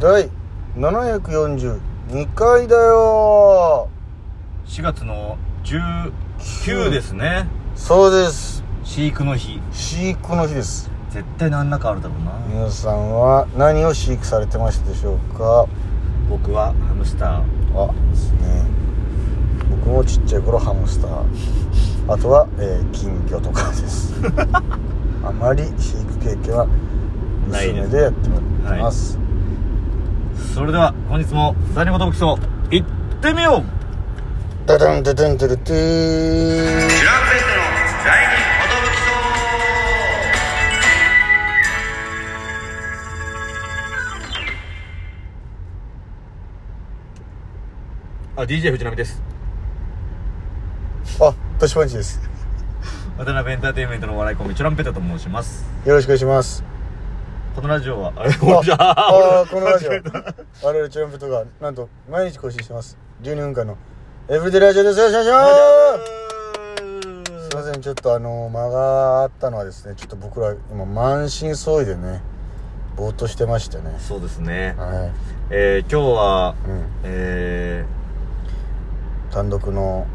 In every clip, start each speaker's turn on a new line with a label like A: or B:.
A: 第742回だよ
B: 4月の19ですね
A: そうです
B: 飼育の日
A: 飼育の日です
B: 絶対何らかあるだろうな
A: 皆さんは何を飼育されてましたでしょうか
B: 僕はハムスター
A: あですね僕もちっちゃい頃ハムスター あとは、えー金魚とかです あまり飼育経験は
B: ないで
A: 娘
B: す
A: でやってもらってます
B: それでは本日も「ザニモトブキソ」行ってみよう
A: ダダンダダンダルテー
B: あ DJ 藤波です
A: あ、年パンチです
B: 渡辺エンターテインメントのお笑いコンビチュランペッタと申します
A: よろしくお願いします
B: このラジオはあれ俺じゃ
A: ああ
B: 俺
A: ーこのラジオ
B: 間
A: 我
B: 違えた
A: 々チュランペットがなんと毎日更新してます12分間のエブリデイラジオですよろしくお願いしますすいませんちょっとあの間があったのはですねちょっと僕ら今満身創痍でねぼーっとしてましてね
B: そうですね
A: は、
B: えー、今日はい
A: うん、
B: え
A: 単独の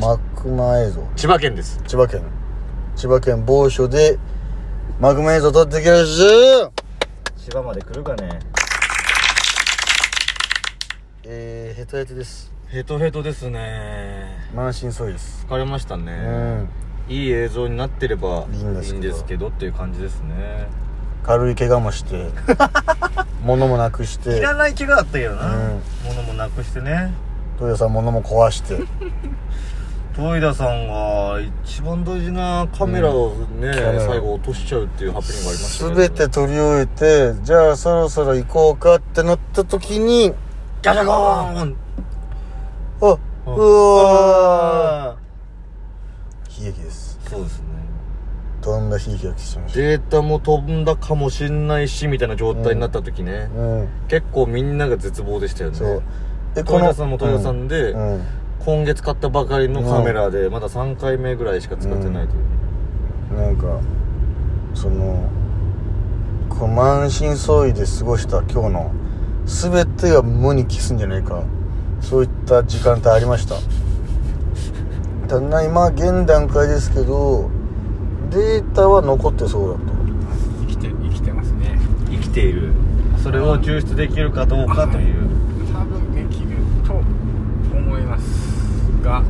A: マクマ映像
B: ー、千葉県です
A: 千葉県千葉県某所でマグマ映像撮ってきました
B: 千葉まで来るかね
A: えー、ヘトヘトです
B: ヘトヘトですね
A: 満身創痍です
B: 疲れましたね、
A: うん
B: いい映像になってれば
A: い
B: い
A: い
B: い
A: んですけど
B: んですけどっていう感じですね
A: 軽い怪我もして 物もなくして
B: いらない怪我だったけどな、
A: うん
B: 物もなくしてね
A: 豊さん物も壊して
B: トイダさんが一番大事なカメラをね、
A: ラ
B: 最後落としちゃうっていうハプニングがありましたけど
A: 全て取り終えてじゃあそろそろ行こうかってなった時に
B: ガチャゴーン
A: あう
B: うん
A: わー悲劇です
B: そうですね
A: どんな悲劇が来てしまいまし
B: データも飛んだかもしんないしみたいな状態になった時ね
A: た、うん
B: 結構みんなが絶望でしたよね
A: そうえ
B: トイダさんもトイダさんで、
A: うん、うん
B: 今月買ったばかりのカメラで、まだ3回目ぐらいしか使ってないという、
A: なんかそのこう満身創痍で過ごした今日の全てが無に帰すんじゃないかそういった時間帯ありましたただ今現段階ですけどデータは残ってそうだと
C: 生きて生きてますね
B: 生きているそれを抽出できるかどうかという
C: 多分できると思いますが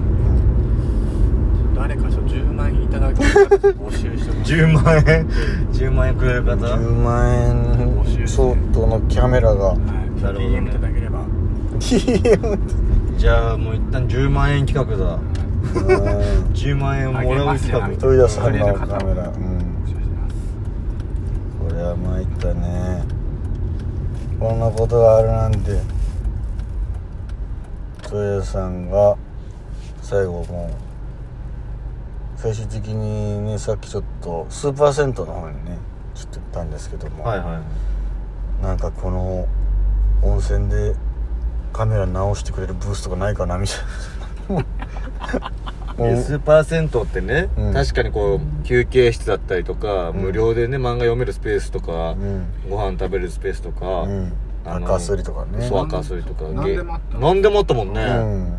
C: 誰かちょっと10万円いただけたら募集し てます
B: 10万円10万円くれる方
A: 10万円相当のキャメラが
C: はい、
B: なるほどね
C: DM いただければ
A: DM
B: じゃあもう一旦10万円企画だ
A: うん
B: 10万円をもらう企
C: あげます
B: 画
C: よ
A: 豊田さんのカメラうん
C: 募集してます
A: これは参ったねこんなことがあるなんて豊田さんが最後もう最終的にねさっきちょっとスーパー銭湯の方にねちょっと行ったんですけども、
B: はいはい
A: なんかこの温泉でカメラ直してくれるブースとかないかなみた いな
B: で
A: も
B: ス
A: う
B: ーパー銭湯ってね、
A: うん
B: 確かにこう休憩室だったりとか、
A: ん
B: 無料でね漫画読めるスペースとか、
A: うん
B: ご飯食べるスペースとか、
A: うん
B: あの
A: 赤すりとかね
B: そう赤すりとか
C: 何
B: ゲ
C: でもあった
B: 何でもあったもんね、
A: うん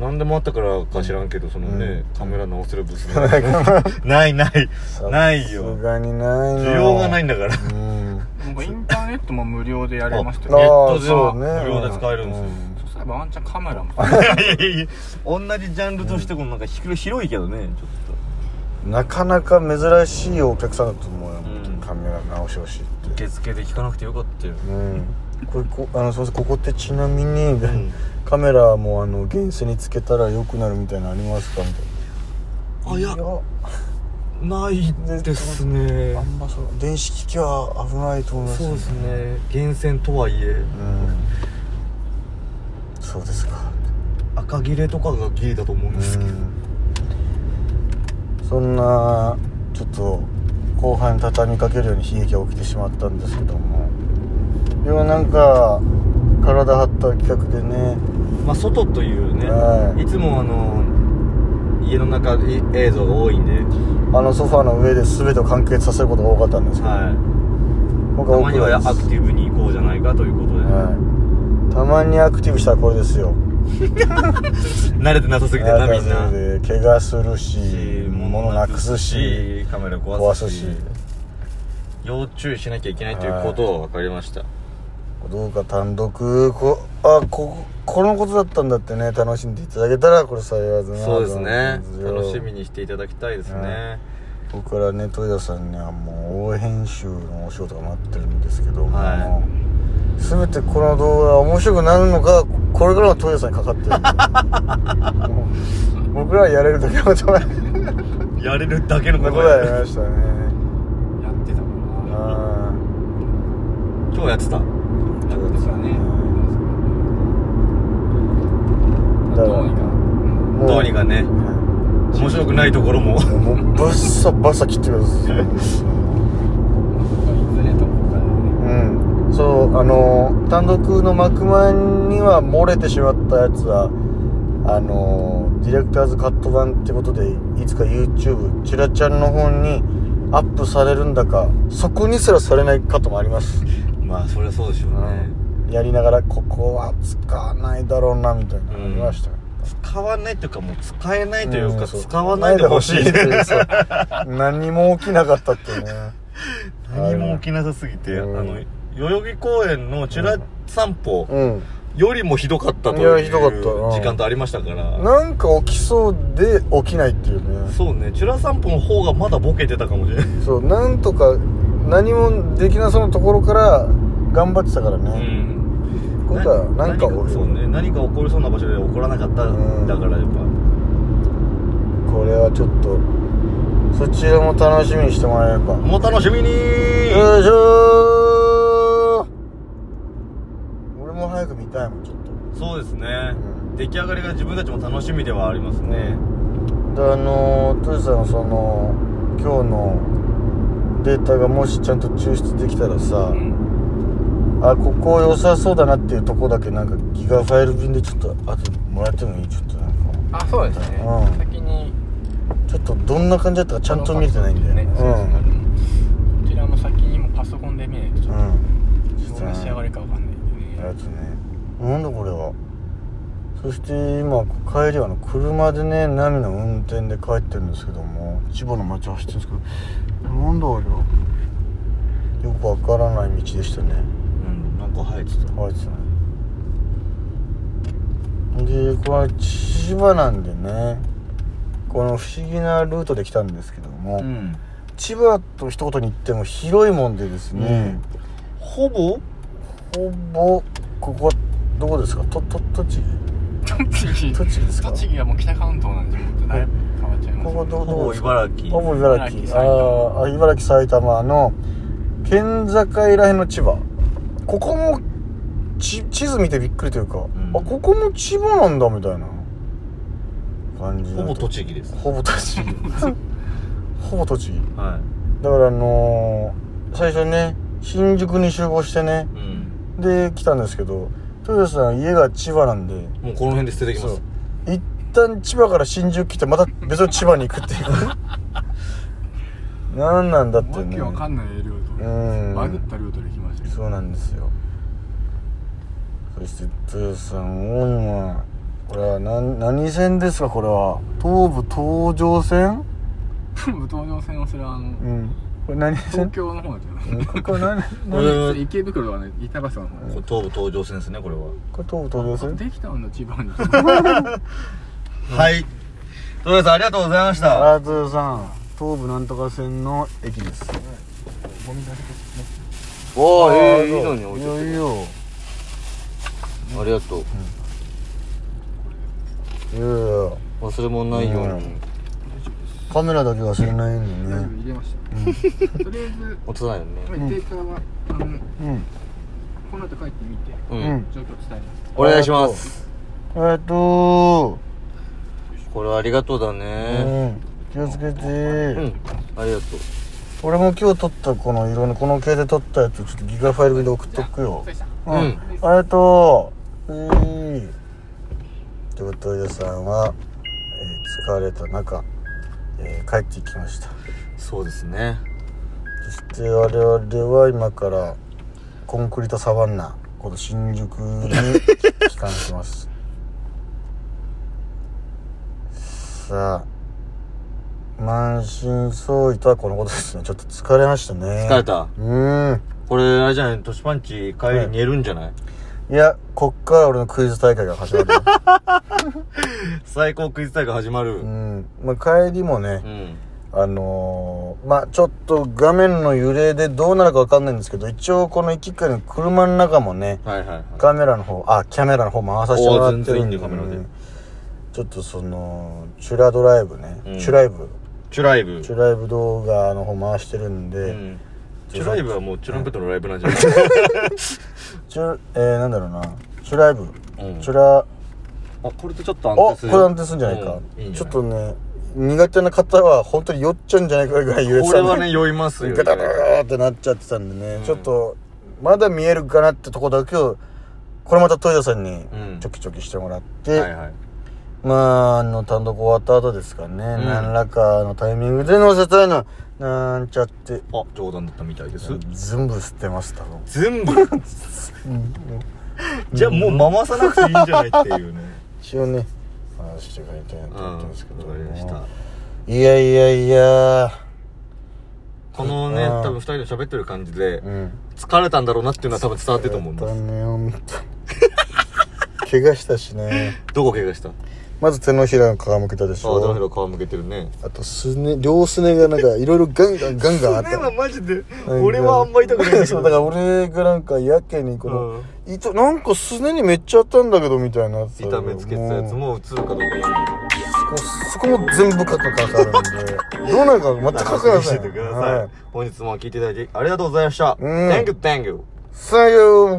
B: 何でもあったからか知らんけどそのね、カメラ直せるブスが ないないない
A: さす
B: よ
A: がにないの
B: 需要が ないんだからネ
A: うん
C: なんかインターネットも無料でやれました
A: あ
C: よ
B: ッ
C: ね
B: トで
A: そ
B: は
A: う
B: 無
A: ね
B: 料で使えるんですよ、
C: そしたらワンチャンカメラも
B: いやいやいや同じジャンルとしてもなんかひ広いけどねちょっ
A: なかなか珍しいお客さんだと思うよ、
B: うん
A: カメラ直してほしい
B: と
A: って
B: 受付で聞かなくてよかったよ
A: うんこれこあのすいませんここってちなみに、
B: ん
A: カメラもあの現世につけたら良くなるみたいなのありますかみたいな
B: あいやないですね
A: あんまそう電子機器は危ないと思います
B: そうですね厳選とはいえ
A: うんそうですか
B: 赤切れとかがギリだと思うんですけど、
A: うんそんなちょっと後半に畳みかけるように悲劇が起きてしまったんですけどもでもなんか体張った企画でね
B: まあ外というね、
A: はい
B: い、つもあの家の中い映像が多いんで
A: あのソファーの上で全てを完結させることが多かったんですけど、
B: はい
A: 僕
B: たまにはア
A: 奥
B: クティブに行こうじゃないないかということで、
A: はいたまにアクティブしたらこれですよ
B: 慣れてなさすぎてなみんな
A: で怪我するし物なくすし
B: カメラ壊すし
A: 壊すし
B: 要注意しなきゃいけないということは分かりました
A: どうか単独こあここのことだったんだってね楽しんでいただけたらこれ幸いだな
B: そうですね
A: と思うん
B: 楽
A: です
B: し
A: よ
B: みにしていただきたいですね
A: は僕からね豊田さんにはもう応編集のお仕事が待ってるんですけども、
B: はい
A: 全てこの動画が面白くなるのかこれからは豊田さんにかかってる もう僕らはやれるだけのことは
B: やれるだけのこ
A: ことと
B: が
A: はやりましたね
C: やってたもんな
A: あ
B: 今日やってた
A: ー
C: そうですよね
A: だから
C: どうにか
A: も
B: どうにかね面白くないところも
A: もうバッサバッサ切ってください
C: いずれどこかでね
A: うんそうあの単独の幕間には漏れてしまったやつはあのディレクターズカット版ってことでいつか YouTube チラちゃんの方にアップされるんだかそこにすらされないカットもあります、
B: まあそりゃそうでしょうね
A: やりながらここは使わないだろうなみたいなのありました、
B: 使わないというかもう使えないといううんか
A: そう
B: 使わないでほしい
A: 使わないでほしいっていうさ何も起きなかったっていうね
B: 何も起きなさすぎてあ
A: うん
B: の代々木公園のチュラ散歩
A: うん
B: よりもひどかったと
A: いや
B: いう
A: ひどかったうん
B: 時間とありましたから
A: なんか起きそうで起きないっていうね
B: そうねチュラ散歩の方がまだボケてたかもしれない
A: そうなんとか何もできなそうなところから頑張ってたからね、ってことは
B: な
A: なんか
B: 何
A: 俺
B: そうね何か起こりそうな場所で起こらなかった
A: うん
B: だからやっぱ
A: これはちょっとそちらも楽しみにしてもらえれば
B: もう楽しみに
A: よいしょー俺も早く見たいもんちょっと
B: そうですね
A: う
B: 出来上がりが自分たちも楽しみではありますね
A: であのー、トヨさんのその今日のデータがもしちゃんと抽出できたらさ、
C: うん
A: あここ良さそうだなっていうとこだけなんかギガファイル便でちょっとあともらってもいいちょっとなんか
C: あそうですね
A: うん
C: 先に
A: ちょっとどんな感じだったかちゃんと見れてないんだよ
C: ねそうですね
A: う
C: こちらも先にもパソコンで見ないとちょっ
A: んうん
C: とどんな仕上がりかわかんないんで
A: や
C: ね
A: つねなんだこれはそして今帰りはあの車でねナミの運転で帰ってるんですけども千葉の街走ってるんですけどなんだあれはよくわからない道でしたね
B: うんなんか生えてた
A: あいつねでこれ千葉なんでねこの不思議なルートで来たんですけども、
B: うん
A: 千葉と一言に言っても広いもんでですね、
B: ほぼ
A: ほぼここはどこですかとと栃
C: 栃
A: 木
C: 木
A: 栃木ですか
C: 栃木はもう北関東なんでもうだいぶ変わっちゃいます
A: ここど
B: ほ
A: うどう
B: ぼ
A: ですか
B: 茨城
A: ほぼ茨城
C: 茨城埼
A: あ
C: 玉
A: ーあ茨城埼玉の県境らへんの千葉ここもち地図見てびっくりというか、
B: ん
A: あここも千葉なんだみたいな感じ
B: ほぼ
A: 木
B: 栃木です
A: ほぼ栃木 ほぼ栃木
B: は
A: だからあのー最初ね新宿に集合してね
B: いうん
A: で来たんですけど豊田さん家が千葉なんで
B: もうこの辺で捨ててきま
A: そう
B: す
A: 一旦千葉から新宿来てまた別の千葉に行くっていう 何なんだって
C: わ
A: ね
C: けわかんないルートで
A: うん
C: バグったルートで来ましたけど
A: そうなんですよそして豊田さんも今これは何何線ですかこれは東武東上線
C: 武藤上線はそれはあの
A: うんこれ何
C: 東
A: 線
C: 京の方だけど
A: うんこれ何
B: これは
C: 池袋はね板橋さんの方
B: これ東武東上線ですねこれは
A: これ東武東上線
C: できたんだ千葉に
B: はい豊田さんありがとうございました
A: あ豊田さん東武なんとか線の駅です
B: おおええ
A: ー
B: いいのに置い
A: い
B: て
A: よい
B: て
A: よ
B: ありがとう
A: いやいや
B: 忘れ物ないよう
A: う
B: に
A: カメラだけ忘れないんで
C: 大丈
A: ね
C: 夫入れました、とりあえず
B: 落とさないよね
C: まあデータは、あの
A: うん
C: この後帰ってみて
B: う
A: うんん
C: 状況伝えます
B: お願いします
A: えーっと
B: これはありがとうだ
A: ー、
B: ね
A: うん、気をつけて
B: うんありがとう
A: 俺も今日撮ったこの色のこの系で撮ったやつちょっとギガファイルで送っとくよ
C: 失礼した
A: うん、
B: うん
A: ありがとううーということで皆さんは、えー疲れた中、えー帰っていきました
B: そうですね
A: そして我々は今からコンクリートサバンナこと新宿に帰還します さあ満身創痍とはこのことですねちょっと疲れましたね
B: 疲れた
A: うーん
B: これあれじゃない年パンチ帰り寝るんじゃない、
A: いやこっから俺のクイズ大会が始 まる
B: 最高クイズ大会始まる
A: う、ん、まあ、帰りもね、
B: うん
A: あのーまあちょっと画面の揺れでどうなるかわかんないんですけど一応この行き帰りの車の中もね
B: はいはいはい
A: カメラの方あキャメラの方回させてもらってるんで、
B: おー全然いいんだよカメラで
A: うんちょっとそのチュラドライブね、
B: うん
A: チュライブ
B: チュライブ
A: チュライブ動画の方回してるんで、
B: うんチュライブはもうチュランペットのライブなんじゃない
A: チュえー、なんだろうなチュライブ、
B: うん
A: チュラ
B: あこれでちょっと安
A: お
B: 定
A: こ
B: する
A: れ安定するんじゃないか、
B: うんいいんじ
A: ち
B: ゃ
A: ょっ
B: な
A: と
B: い
A: ね苦手な方は本当に酔っちゃうんじゃないかぐらい揺れて
B: こ
A: た
B: れ
A: んで
B: はね酔いますよ、ね
A: ガ、タガタガタってなっちゃってたんでね、
B: うん
A: ちょっとまだ見えるかなってとこだけをこれまた豊田さんに
B: うん
A: チョキチョキしてもらって、
B: はいはい
A: まああの単独終わった後ですかね、
B: ん
A: 何らかのタイミングで載せたいのなんちゃって
B: あ冗談だったみたいです
A: 全部捨てます多分
B: 全部じゃあもう回さなくていいんじゃないっていうね
A: 一応ね話してくれたいなと思ってるんですけど、
B: わかりました
A: いやいやいや
B: このね
A: うん
B: 多分2人で喋ってる感じで
A: うん
B: 疲れたんだろうなっていうのは多分伝わってると思うんで
A: だ
B: す
A: ね本当に 怪我したしね
B: どこ怪我したあ
A: まず手のひらが傾けたでしょ
B: あどのひら皮向けてるね
A: あとすね両すねがなんかいろいろガンガンガンガンあっ
B: ねは
A: た
B: マジで
A: うん
B: 俺はあんま痛くないんだけ
A: そ
B: ど
A: うだから俺がなんかやけにこの、糸なんかすねにめっちゃあったんだけどみたいなやつ
B: 痛めつけてたやつもうつるかどう
A: も
B: か
A: うそこも全部カットかかるん でどうなるかまた書かな
B: し
A: さ
B: て
A: い
B: てください、
A: はい、
B: 本日も聞いていただきありがとうございました、
A: ん
B: Thank you thank you
A: さよう